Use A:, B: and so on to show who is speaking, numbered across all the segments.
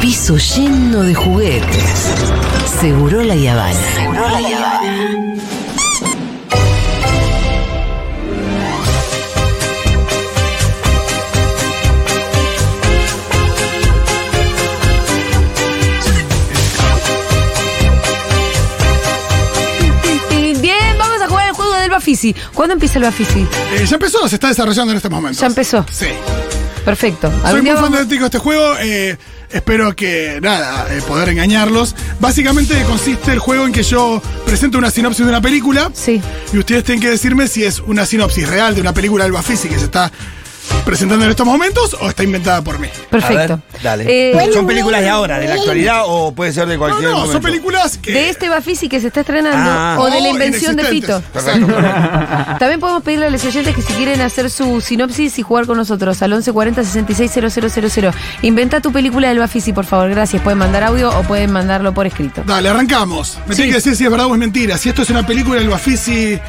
A: piso lleno de juguetes. Seguro la Yavana. Seguro la Yavana.
B: Bien, vamos a jugar el juego del Bafisi. ¿Cuándo empieza el Bafisi?
C: Eh, ya empezó, se está desarrollando en estos momentos.
B: Ya empezó.
C: Sí.
B: Perfecto.
C: Soy
B: Algún
C: muy
B: día vamos-
C: fanático de este juego. eh, espero que, nada, eh, poder engañarlos. Básicamente consiste el juego en que yo presento una sinopsis de una película.
B: Sí.
C: Y ustedes tienen que decirme si es una sinopsis real de una película del Bafisi que se está presentando en estos momentos o está inventada por mí.
B: Perfecto.
D: A ver, dale.
B: Eh,
D: ¿Son películas de ahora, de la actualidad o puede ser de
C: No,
D: cualquier
C: no,
D: momento?
C: son películas que. Oh,
B: de este Bafisi que se está estrenando
D: Ah.
B: o de la invención de Pito.
C: inexistentes.
D: Perfecto, perfecto.
B: También podemos pedirle a los oyentes que si quieren hacer su sinopsis y jugar con nosotros al 1140 660000. Inventa tu película del Bafisi, por favor. Gracias. Pueden mandar audio o pueden mandarlo por escrito.
C: Dale, arrancamos. Me tienen que decir si es verdad o es mentira. Si esto es una película del Bafisi. eh,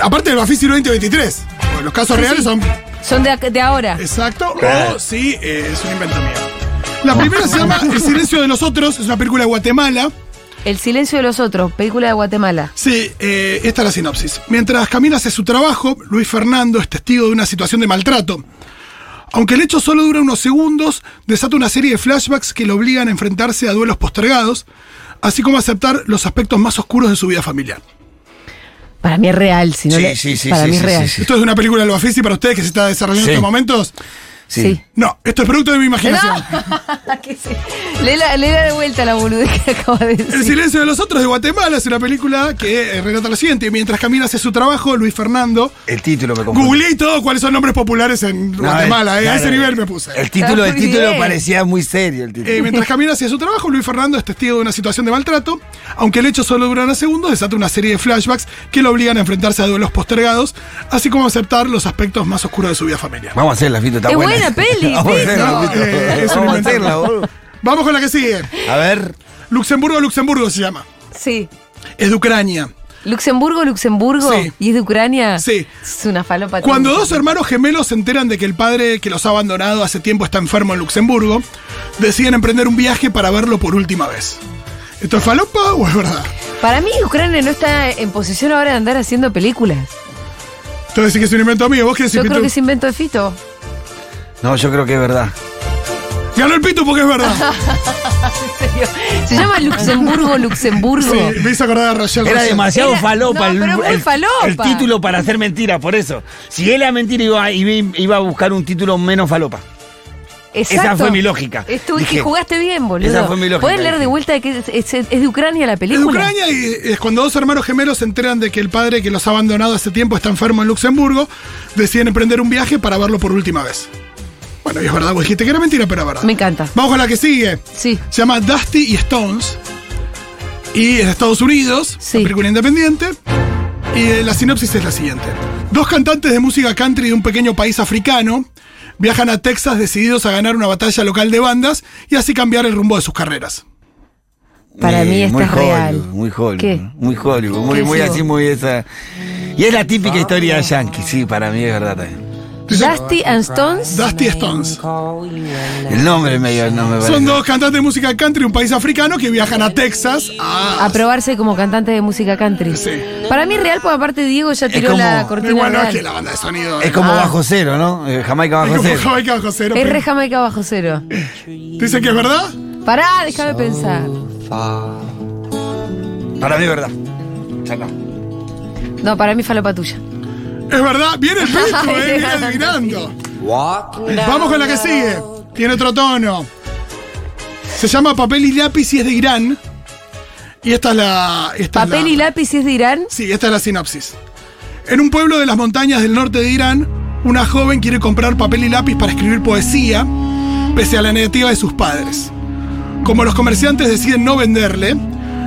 C: aparte del Bafisi 2023. porque los casos reales son.
B: Son de, ac- de ahora.
C: Exacto. O si eh, es un invento mío. La primera se llama El silencio de los otros. Es una película de Guatemala.
B: El silencio de los otros, película de Guatemala.
C: Sí, eh, esta es la sinopsis. Mientras camina hacia su trabajo, Luis Fernando es testigo de una situación de maltrato. Aunque el hecho solo dura unos segundos, desata una serie de flashbacks que lo obligan a enfrentarse a duelos postergados, así como a aceptar los aspectos más oscuros de su vida familiar.
B: Para mí es real, si no
D: Sí,
B: le-
D: sí, sí,
B: Para
D: sí,
B: mí
D: sí,
B: es real.
D: sí, sí.
C: ¿Esto es una película de Bafisi para ustedes que se está desarrollando
D: Sí.
C: en estos momentos?
D: Sí.
B: Sí.
C: No, esto es producto de mi imaginación.
B: Que sí. Lee la, lee la de vuelta la boludez que acaba de
C: El
B: decir.
C: silencio de los otros de Guatemala es una película que eh, relata lo siguiente. Mientras camina hacia su trabajo, Luis Fernando...
D: El título me confunde.
C: Googleé y todo cuáles son nombres populares en
D: No,
C: Guatemala.
D: el-
C: eh, a ese
D: claro,
C: nivel me puse.
D: El título,
B: Está
D: el
B: muy
D: título
B: bien.
D: parecía muy serio. El título.
C: Eh, mientras camina hacia su trabajo, Luis Fernando es testigo de una situación de maltrato. Aunque el hecho solo dura unos segundos, desata una serie de flashbacks que lo obligan a enfrentarse a duelos postergados, así como a aceptar los aspectos más oscuros de su vida familiar.
D: Vamos a hacerla, Fito, está
B: Qué
D: buena.
B: buena peli,
D: Vamos a hacerla,
B: Fito.
D: Fito.
C: Eh, es un
D: Vamos a
C: invento.
D: hacerla, boludo.
C: Vamos con la que sigue.
D: A ver.
C: Luxemburgo, Luxemburgo se llama.
B: Sí.
C: Es de Ucrania.
B: Luxemburgo, Luxemburgo.
C: Sí.
B: ¿Y es de Ucrania?
C: Sí.
B: Es una falopa.
C: Cuando dos hermanos gemelos se enteran de que el padre que los ha abandonado hace tiempo está enfermo en Luxemburgo, deciden emprender un viaje para verlo por última vez. ¿Esto es falopa o es verdad?
B: Para mí, Ucrania no está en posición ahora de andar haciendo películas.
C: Entonces decís que es un invento mío. ¿Vos qué decís,
B: Yo creo
C: Pitu?
B: que es invento de Fito.
D: No, yo creo que es verdad.
C: Ganó el Pitu porque es verdad.
B: En serio. Se llama Luxemburgo, Luxemburgo.
C: Sí, me hizo acordar a Rochelle.
E: Era
C: Rochelle.
E: demasiado
B: Era-
E: falopa,
B: no,
E: el,
B: pero muy
E: el-
B: falopa.
E: el título para hacer mentira, por eso. Si era mentira, iba, iba, iba a buscar un título menos falopa.
B: Exacto.
E: esa fue mi lógica.
B: Estuve-
E: Dije-
B: que jugaste bien, boludo.
E: Esa fue mi lógica,
B: ¿Puedes leer de
E: dije.
B: vuelta de que es, es- es de Ucrania la
C: Es de
B: película?
C: Ucrania y es cuando dos hermanos gemelos se enteran de que el padre que los ha abandonado hace tiempo está enfermo en Luxemburgo, deciden emprender un viaje para verlo por última vez. Bueno, y es verdad, vos dijiste que era mentira, pero es verdad.
B: Me encanta.
C: Vamos con la que sigue.
B: Sí.
C: Se llama Dusty y Stones. Y es de Estados Unidos,
B: Sí.
C: una película independiente. Y eh, la sinopsis es la siguiente. Dos cantantes de música country de un pequeño país africano viajan a Texas decididos a ganar una batalla local de bandas y así cambiar el rumbo de sus carreras.
B: Para mí esta
D: Eh, muy
B: es real.
D: Hollywood, Muy Hollywood.
B: ¿Qué?
D: Muy Hollywood. Muy,
B: ¿Qué Ah.
D: muy
B: decís
D: así,
B: vos?
D: muy esa. Y es la típica historia de Yankee, sí, para mí es verdad también.
B: Dusty and Stones.
C: Dusty Stones.
D: El nombre medio no me parece.
C: Son dos cantantes de música country de un país africano que viajan a Texas a...
B: A probarse como cantante de música country.
C: Sí.
B: Para mí es real, porque aparte Diego ya tiró
D: como-
B: la
C: No,
B: cortina.
C: Igual no es
B: real.
C: que la banda de sonido...
D: Es como
B: Ah.
D: bajo cero, ¿no? Eh, Jamaica
C: Es
D: bajo
C: como
D: cero.
C: Jamaica bajo cero.
B: Es
C: pero-
B: re Jamaica bajo cero.
C: Dicen que es verdad.
B: Pará, déjame pensar.
D: Para mí es verdad. Saca.
B: No, para mí falopa tuya.
C: Es verdad. Viene el pecho, eh. Viene adivinando. Vamos con la que sigue. Tiene otro tono. Se llama Papel y Lápiz y es de Irán. Y esta es la... esta es
B: Papel
C: la-
B: y lápiz es de Irán.
C: Sí, esta es la sinopsis. En un pueblo de las montañas del norte de Irán, una joven quiere comprar papel y lápiz para escribir poesía, pese a la negativa de sus padres. Como los comerciantes deciden no venderle,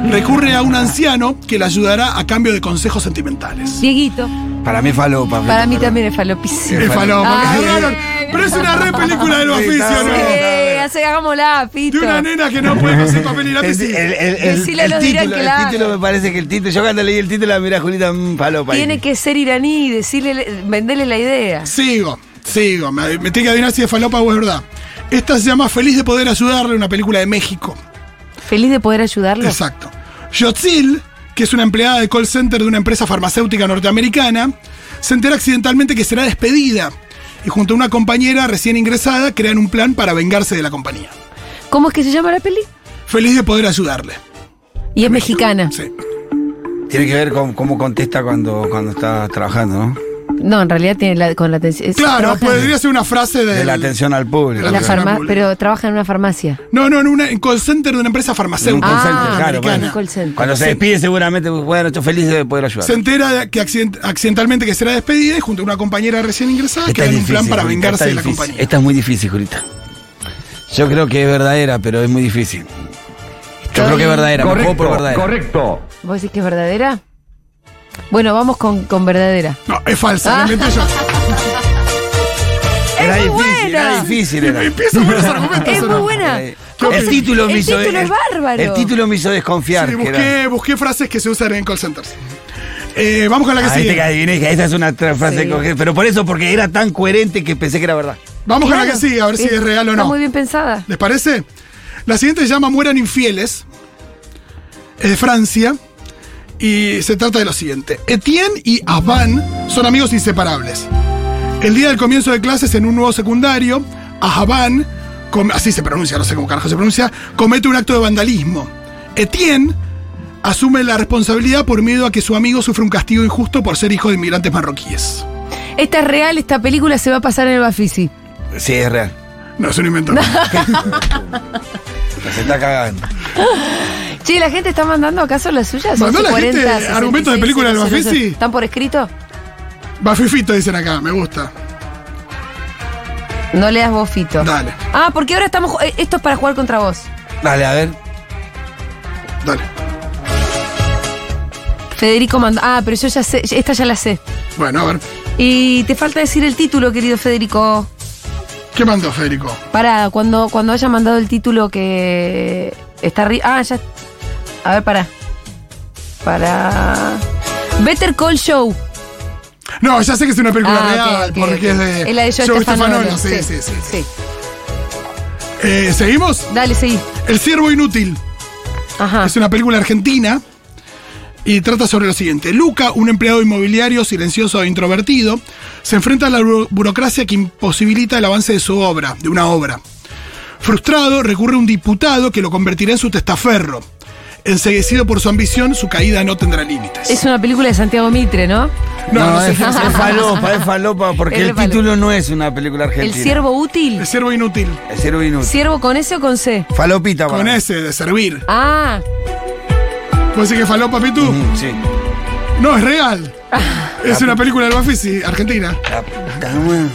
C: recurre a un anciano que la ayudará a cambio de consejos sentimentales.
B: Dieguito.
D: Para mí es falopa.
B: Para
D: Fito,
B: mí
D: perdón.
B: también es falopísimo.
C: Es falopa, que
B: Ay.
C: jugaron.
B: Ah,
C: Pero es una re película del
D: Sí,
C: oficio,
D: está
C: ¿no?
D: bien.
B: Eh, hace- hagámosla,
C: De
B: Fito.
C: una nena que no puede conseguir papel y lápiz.
D: El,
C: y-
D: el- el- el-
B: Decile a
D: el
B: los dirán
D: título,
B: que
D: el
B: la
D: título
B: hagan.
D: me parece que el título. Yo cuando leí el título, la mira Julita, mmm, falopa. ahí.
B: Tiene que ser iraní y decirle, venderle la idea.
C: Sigo, sigo. Me, me tiene que adivinar si es falopa o es verdad. Esta se llama Feliz de poder ayudarle, una película de México.
B: Feliz de poder ayudarlo.
C: Exacto. Yotzil, que es una empleada de call center de una empresa farmacéutica norteamericana, se entera accidentalmente que será despedida y junto a una compañera recién ingresada crean un plan para vengarse de la compañía.
B: ¿Cómo es que se llama la peli?
C: Feliz de poder ayudarle.
B: Y es mexicana.
C: Sí.
D: Tiene que ver con cómo contesta cuando, cuando está trabajando, ¿no?
B: No, en realidad tiene la, con la atención. es-
C: Claro,
B: trabaja en-
C: podría ser una frase de...
D: De la atención al público.
B: en la
C: la
B: farma-
C: pública.
B: pero trabaja en una farmacia.
C: No, no, en una en call center de una empresa
D: Un
C: farmacéutica.
D: call
B: Ah,
D: center, claro,
B: americana.
D: bueno.
B: Call center.
D: Cuando se despide seguramente, bueno, estoy feliz de poder ayudar.
C: Se entera de que accident- accidentalmente que será despedida y junto a una compañera recién ingresada
D: Esta
C: crean
D: es
C: un plan para
D: Julita,
C: vengarse
D: esta es
C: de la
D: difícil.
C: compañía.
D: Esta es muy difícil, Julita. Yo creo que es verdadera, pero es muy difícil. Yo creo que es verdadera, me juego por verdadera.
E: correcto.
B: ¿Vos decís que es verdadera? Bueno, vamos con, con verdadera.
C: No, es falsa,
B: Ah.
C: realmente yo.
D: Era
B: ¡Es muy
D: difícil,
B: buena!
D: era difícil. Era.
C: Empiezo con los argumentos.
B: Es
C: ¿o
B: muy
C: no?
B: buena.
D: Eh, El título
B: El
D: me hizo.
B: título es bárbaro.
D: El título me hizo desconfiar.
C: Sí,
D: que era-
C: busqué, busqué frases que se usan en call centers. Eh, vamos con la que
D: Ah, viste que
C: sigue.
D: adiviné que esa es una tra- frase
B: Sí.
D: de coger, pero por eso, porque era tan coherente que pensé que era verdad.
C: Vamos con la
B: Claro.
C: que sigue, a ver si es real o
B: Está
C: no.
B: muy bien pensada.
C: ¿Les parece? La siguiente se llama Mueran infieles. Es de Francia. Y se trata de lo siguiente. Etienne y Avan son amigos inseparables. El día del comienzo de clases en un nuevo secundario, Avan, com- así se pronuncia, no sé cómo carajo se pronuncia, comete un acto de vandalismo. Etienne asume la responsabilidad por miedo a que su amigo sufra un castigo injusto por ser hijo de inmigrantes marroquíes.
B: Esta es real, esta película se va a pasar en el Bafisi.
D: Sí, es real.
C: No, es un invento.
D: Se está cagando.
B: Che, ¿la gente está mandando acaso las suyas?
C: ¿Mandó la
B: 11:40,
C: gente argumentos de película del
B: 66,
C: Bafisi?
B: ¿Están por escrito?
C: Bafifito dicen acá, me gusta.
B: No leas vos, Fito.
C: Dale,
B: Ah, porque ahora estamos. ju- eh, Esto es para jugar contra vos.
D: Dale, a ver.
C: dale.
B: Federico mandó. Ah, pero yo ya sé. Esta ya la sé.
C: Bueno, a ver.
B: Y te falta decir el título, querido Federico.
C: ¿Qué mandó Federico?
B: Pará, cuando, cuando haya mandado el título que está arriba. Ah, ya. A ver, pará. Para. Better Call Show.
C: No, ya sé que es una película
B: Ah,
C: real,
B: ok, ok,
C: porque
B: ok.
C: es de.
B: la de Joe
C: Joe
B: Stefano.
C: Stefano, sí, sí, sí. Eh, ¿Seguimos?
B: Dale, seguí.
C: El Ciervo Inútil
B: Ajá.
C: es una película argentina y trata sobre lo siguiente. Luca, un empleado inmobiliario silencioso e introvertido, se enfrenta a la buro- burocracia que imposibilita el avance de su obra, de una obra. Frustrado, recurre a un diputado que lo convertirá en su testaferro. Enseguecido por su ambición, su caída no tendrá límites.
B: Es una película de Santiago Mitre, ¿no?
C: No, no, sé
D: es,
C: qué
D: es
C: es.
D: falopa, es falopa, porque
B: Es
D: el
B: falopa.
D: título no es una película
B: El
D: argentina.
B: siervo útil.
C: El Ciervo Inútil.
B: Ah,
D: El ciervo inútil.
B: ¿Siervo con S o con C?
D: Falopita,
C: Con
D: para mí.
C: ese, de servir.
B: Ah,
C: ¿Puede ser que falopa, Pitu?
D: Mm, Sí.
C: No, es real.
B: Ah.
C: es una película del Bafisi, argentina.
D: La puta madre.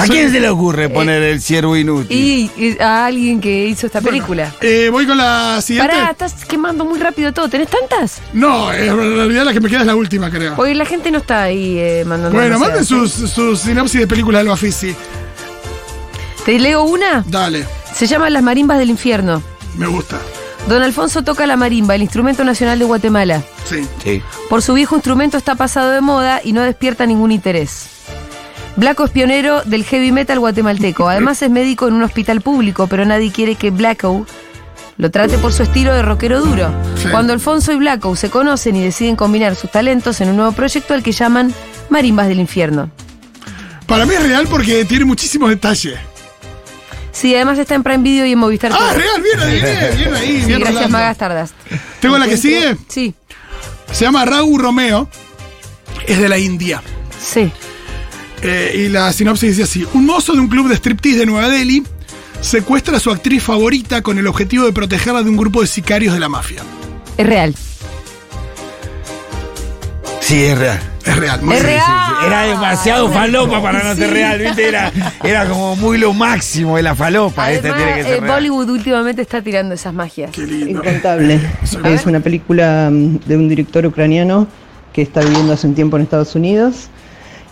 D: ¿A quién se le ocurre poner el ciervo inútil?
B: Eh, y, y a alguien que hizo esta película.
C: Eh, voy con la siguiente.
B: Pará, estás quemando muy rápido todo. ¿Tenés tantas?
C: No, eh, en realidad la que me queda es la última, creo.
B: Porque la gente no está ahí eh, mandando.
C: bueno, manden
B: demasiado.
C: sus, sus sinopsis de películas del Bafisi.
B: ¿Te leo una?
C: Dale,
B: Se llama Las Marimbas del Infierno.
C: me gusta.
B: Don Alfonso toca la marimba, el instrumento nacional de Guatemala.
C: Sí.
D: Sí.
B: Por su viejo instrumento está pasado de moda y no despierta ningún interés. Blaco es pionero del heavy metal guatemalteco. Además es médico en un hospital público, pero nadie quiere que Blacko lo trate por su estilo de rockero duro.
C: Sí.
B: Cuando Alfonso y Blacko se conocen y deciden combinar sus talentos en un nuevo proyecto al que llaman Marimbas del Infierno.
C: Para mí es real porque tiene muchísimos detalles.
B: Sí, además está en Prime Video y en Movistar.
C: Ah,
B: Plus.
C: real, bien, adiviné, bien ahí,
B: Sí,
C: bien
B: gracias
C: Rolando.
B: Magas Tardas.
C: Tengo la que sigue,
B: Sí,
C: se llama Ragu Romeo, es de la India.
B: sí.
C: Eh, y la sinopsis dice así: Un mozo de un club de striptease de Nueva Delhi secuestra a su actriz favorita con el objetivo de protegerla de un grupo de sicarios de la mafia.
B: Es real.
D: Sí, es real.
C: Es real, muy
B: Es
C: real.
B: real.
D: Era demasiado
B: Ah,
D: falopa para no ser
B: sí.
D: real, ¿viste? Era, era como muy lo máximo de la falopa. Esta
B: Además,
D: tiene que ser
B: eh,
D: real.
B: Bollywood últimamente está tirando esas magias.
C: Qué lindo.
F: Incontable. Es una película mm, de un director ucraniano que está viviendo hace un tiempo en Estados Unidos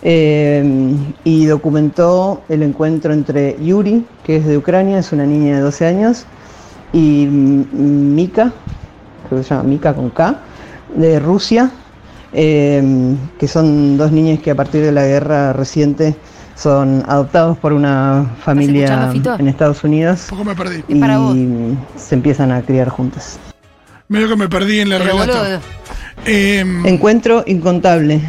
F: eh, y documentó el encuentro entre Yuri, que es de Ucrania, es una niña de 12 años, y mm, Mika, creo que se llama Mika con K, de Rusia, eh, que son dos niñas que a partir de la guerra reciente Son adoptados por una familia
B: escuchando, Fito?
F: en Estados Unidos
C: Poco me perdí.
B: Es para vos.
F: y se empiezan a criar juntos.
C: Medio que me perdí en la
B: Pero
C: relato.
B: boludo.
C: Eh,
F: Encuentro incontable.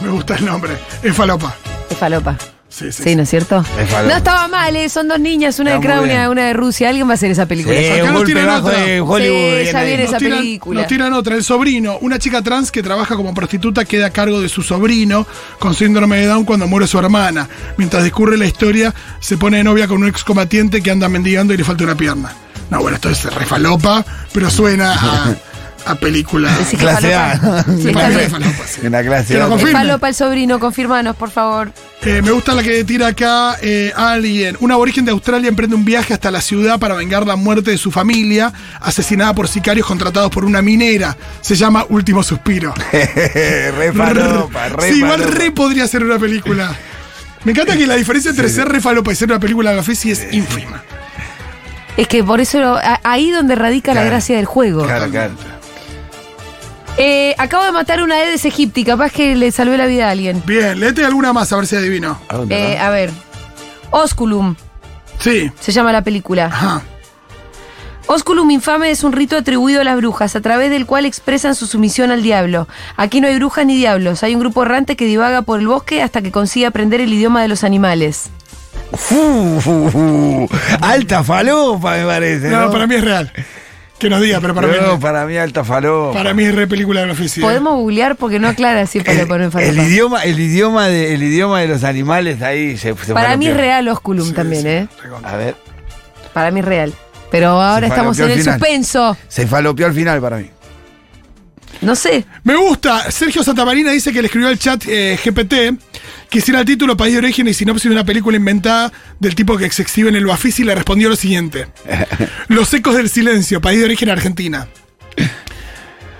C: me gusta el nombre. Es falopa.
B: Es falopa.
C: Sí, sí.
B: Sí, ¿no es cierto?
D: Es falopa.
B: No estaba mal, ¿eh? son dos niñas, una
D: Está
B: de
D: muy
B: Ucrania,
D: bien.
B: una de Rusia. Alguien va a hacer esa película.
E: Sí,
C: acá
E: un
C: nos
E: golpe
C: tiran
E: bajo
C: otra.
E: de Hollywood.
B: Sí,
E: bien
B: ya
E: ahí.
B: viene.
C: Nos
B: esa
C: tiran,
B: película.
C: nos tiran otra, el sobrino, una chica trans que trabaja como prostituta queda a cargo de su sobrino con síndrome de Down cuando muere su hermana. Mientras discurre la historia, se pone de novia con un excombatiente que anda mendigando y le falta una pierna. No, bueno, esto es refalopa, pero suena a, a película.
B: Decís que
D: Clase
B: falopa.
D: A.
B: Sí,
C: Para mí
B: está
C: es
B: bien.
C: falopa, sí.
D: En la clase
C: Que lo
D: A.
C: confirme.
B: Falopa el sobrino, confirmanos, por favor.
C: Eh, me gusta la que tira acá eh, alguien. Un aborigen de Australia emprende un viaje hasta la ciudad para vengar la muerte de su familia, asesinada por sicarios contratados por una minera. Se llama Último Suspiro.
D: re falopa, re
C: sí, igual
D: falopa.
C: re podría ser una película. Me encanta que la diferencia entre ser re falopa y ser una película de la Fesi es ínfima.
B: Es que por eso lo- a- ahí donde radica
D: Claro.
B: la gracia del juego.
D: Claro, claro.
B: Eh, acabo de matar una Edes egipti, capaz que le salvé la vida a alguien.
C: Bien, léete alguna más a ver si adivino.
D: ¿A dónde
B: Eh,
D: va?
B: a ver. Osculum
C: Sí.
B: se llama la película.
C: Ajá.
B: Osculum infame es un rito atribuido a las brujas, a través del cual expresan su sumisión al diablo. Aquí no hay brujas ni diablos, hay un grupo errante que divaga por el bosque hasta que consigue aprender el idioma de los animales.
D: Fu, fu, fu. Alta falopa, me parece.
C: No, para mí es real. Que nos diga, pero para mí. es
D: No,
C: real.
D: para mí alta falopa.
C: Para mí es re película de la Fesi. eh.
B: Podemos googlear porque no aclara si es para poner
D: Eh, el, el idioma, el idioma de, el idioma de los animales ahí se, se
B: Para mí es
D: falopeó.
B: real Osculum
C: Sí,
B: también,
C: sí,
B: ¿eh?
C: recontra.
D: A ver,
B: Para mí es real. Pero ahora
D: Se
B: estamos
D: falopeó
B: en el
D: al final.
B: suspenso.
D: se falopeó al final para mí.
B: No sé.
C: Me gusta. Sergio Santamarina dice que le escribió al chat eh, GPT que hiciera el título, país de origen y sinopsis de una película inventada del tipo que se exhibe en el Bafis y le respondió lo siguiente. Los ecos del silencio, país de origen Argentina.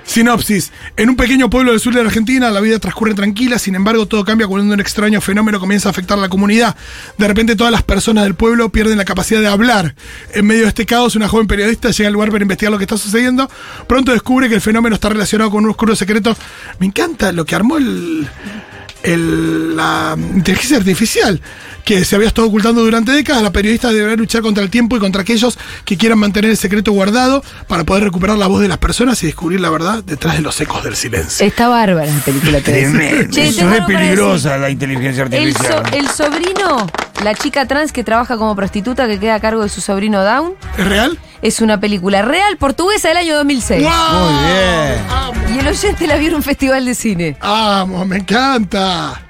C: Sinopsis. En un pequeño pueblo del sur de la Argentina, la vida transcurre tranquila, sin embargo, todo cambia cuando un extraño fenómeno comienza a afectar a la comunidad. De repente, todas las personas del pueblo pierden la capacidad de hablar. En medio de este caos, una joven periodista llega al lugar para investigar lo que está sucediendo. Pronto descubre que el fenómeno está relacionado con un oscuro secreto. Me encanta lo que armó el. el- la inteligencia artificial que se había estado ocultando durante décadas, la periodista deberá luchar contra el tiempo y contra aquellos que quieran mantener el secreto guardado para poder recuperar la voz de las personas y descubrir la verdad detrás de los ecos del silencio.
B: Está bárbara la película. te voy a decir.
D: Tremendo.
B: Che,
D: es
B: tengo
D: re
B: algo para
D: peligrosa la inteligencia
B: El, so-
D: artificial.
B: el sobrino, la chica trans que trabaja como prostituta que queda a cargo de su sobrino Down,
C: ¿Es real?
B: es una película real portuguesa del año 2006.
C: ¡Guau!
D: Muy bien.
C: Amo,
B: Y el oyente la vio en un festival de cine.
C: amo, me encanta.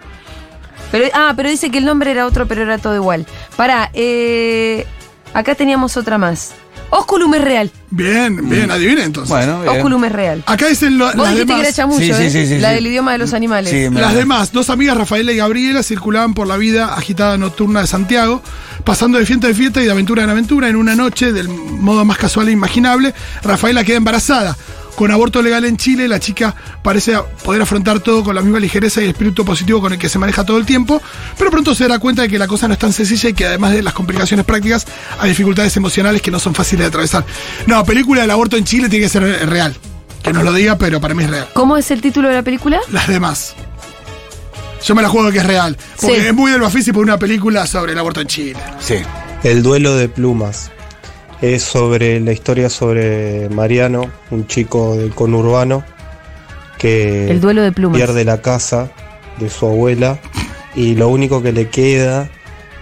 B: Pero, ah, pero dice que el nombre era otro, pero era todo igual. Pará, eh, acá teníamos otra más. Osculum es real.
C: Bien, bien, adivina entonces.
D: Bueno, bien. Ah,
B: Osculum es real.
C: Acá dicen lo-
B: Mm. Vos
C: las
B: dijiste que
C: demás.
B: era chamuyo,
D: Sí, sí,
B: ¿eh?
D: sí, sí,
B: la
D: sí.
B: del idioma de los animales.
D: Sí, me-
C: Las demás, dos amigas, Rafaela y Gabriela, circulaban por la vida agitada nocturna de Santiago, pasando de fiesta en fiesta y de aventura en aventura. En una noche, del modo más casual e imaginable, Rafaela queda embarazada. Con aborto legal en Chile, la chica parece poder afrontar todo con la misma ligereza y espíritu positivo con el que se maneja todo el tiempo, pero pronto se dará cuenta de que la cosa no es tan sencilla y que además de las complicaciones prácticas, hay dificultades emocionales que no son fáciles de atravesar. No, película del aborto en Chile tiene que ser eh, real. Que nos lo diga, pero para mí es real
B: ¿Cómo es el título de la película?
C: las demás. Yo me la juego que es real. Porque
B: Sí.
C: es muy del Bafisi por una película sobre el aborto en Chile.
D: Sí.
G: El duelo de plumas es sobre la historia sobre Mariano, un chico del conurbano que
B: El duelo de plumas.
G: pierde la casa de su abuela y lo único que le queda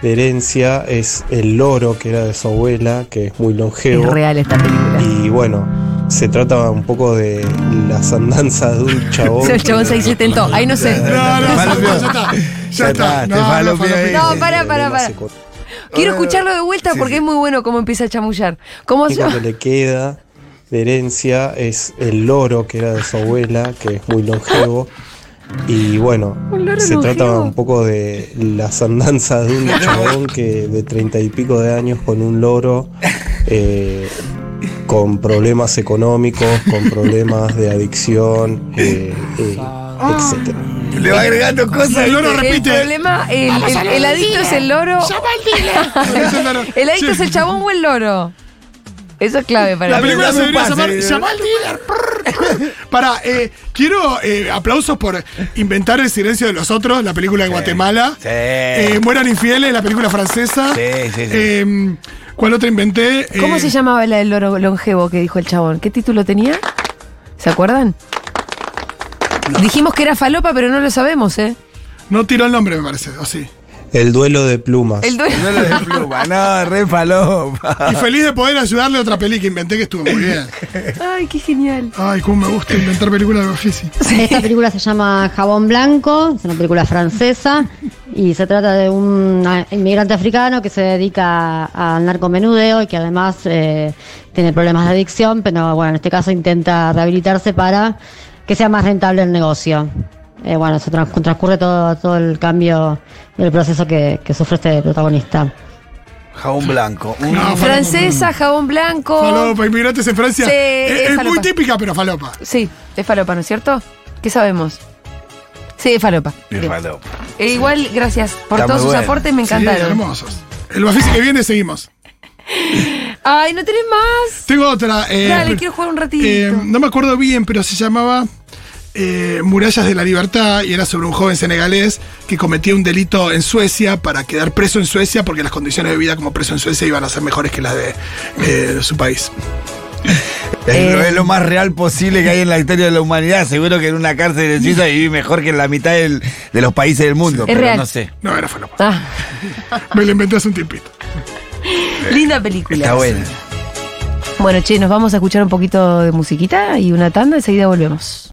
G: de herencia es el loro que era de su abuela, que es muy longevo.
B: Es real esta película.
G: Y bueno, se trata un poco de las andanzas de
B: O
G: un
D: Oh,
G: chabón.
B: sea, el chabón se intentó. Ahí no sé.
C: No, no,
D: Falopeó.
C: ya está.
D: Ya
C: Ya
D: está,
C: está.
D: te
C: No, no,
D: falopeó ahí.
B: No, para, para, para.
G: Se corta
B: Quiero escucharlo de vuelta
D: Sí,
B: porque
D: sí.
B: es muy bueno cómo empieza a chamullar. ¿Cómo se
G: único que
B: llama?
G: le queda de herencia es el loro que era de su abuela, que es muy longevo. Y bueno,
B: Un loro
G: se trata
B: longevo.
G: un poco de las andanzas de un chabón que de treinta y pico de años con un loro, eh, con problemas económicos, con problemas de adicción, eh, eh,
B: Ah.
G: etcétera.
D: Le va agregando cosas.
C: El loro
B: El
C: repite.
B: problema, el, el- el adicto es el loro.
C: Llama al dealer.
B: El adicto es el chabón o el loro. Eso es clave para
C: La
B: mí.
C: película se
E: Dame un
C: debería
E: pase.
C: llamar Llamá al dealer. Para, quiero eh, aplausos por inventar el silencio de los otros, la película de Guatemala.
D: Sí.
C: Eh, Mueran infieles, la película francesa.
D: Sí, sí, sí.
C: Eh, ¿Cuál otra inventé?
B: ¿Cómo
C: Eh,
B: se llamaba la del loro longevo que dijo el chabón? ¿Qué título tenía? ¿Se acuerdan? Dijimos que era falopa, pero no lo sabemos, ¿eh?
C: No tiró el nombre, me parece, o sí.
G: El duelo de plumas.
B: El dueño.
D: No lo de pluma, no, re falopa.
C: Y feliz de poder ayudarle a otra peli que inventé que estuvo muy bien.
B: Ay, qué genial.
C: Ay, cómo me gusta inventar películas de oficio.
H: Esta película se llama Jabón Blanco, es una película francesa y se trata de un ah, inmigrante africano que se dedica al narcomenudeo y que además eh, tiene problemas de adicción, pero bueno, en este caso intenta rehabilitarse para que sea más rentable el negocio. Eh, bueno, se trans- transcurre todo, todo el cambio y el proceso que, que sufre este protagonista.
D: Jaón blanco. Mm.
C: No, falopa.
B: Francesa, jabón blanco.
C: Falopa, inmigrantes en Francia.
B: Sí,
C: Eh,
B: es
C: es muy
B: falopa.
C: típica, pero falopa.
B: Sí, es falopa, ¿no es cierto? ¿Qué sabemos? Sí, es falopa.
D: Es
B: Bien.
D: falopa.
B: E igual, gracias por
D: Está
B: todos
D: muy
B: sus
D: bueno.
B: aportes, me
C: Sí,
B: encantaron.
C: hermosos. El Bafisi que viene seguimos.
B: Ay, no tenés más.
C: Tengo otra. eh,
B: Dale,
C: pero-
B: quiero jugar un ratito.
C: eh, no me acuerdo bien, pero se llamaba eh, Murallas de la Libertad y era sobre un joven senegalés que cometía un delito en Suecia para quedar preso en Suecia porque las condiciones de vida como preso en Suecia iban a ser mejores que las de eh, su país.
D: Es, lo,
B: Eh,
D: es lo más real posible que hay en la historia de la humanidad. Seguro que en una cárcel de Suiza viví mejor que en la mitad del- de los países del mundo.
B: Es
D: pero
B: real.
D: no sé.
C: No, era falopa.
B: Ah,
C: Me lo inventé hace un tiempito.
B: linda película.
D: Está bueno.
B: Bueno, che, nos vamos a escuchar un poquito de musiquita y una tanda, enseguida volvemos.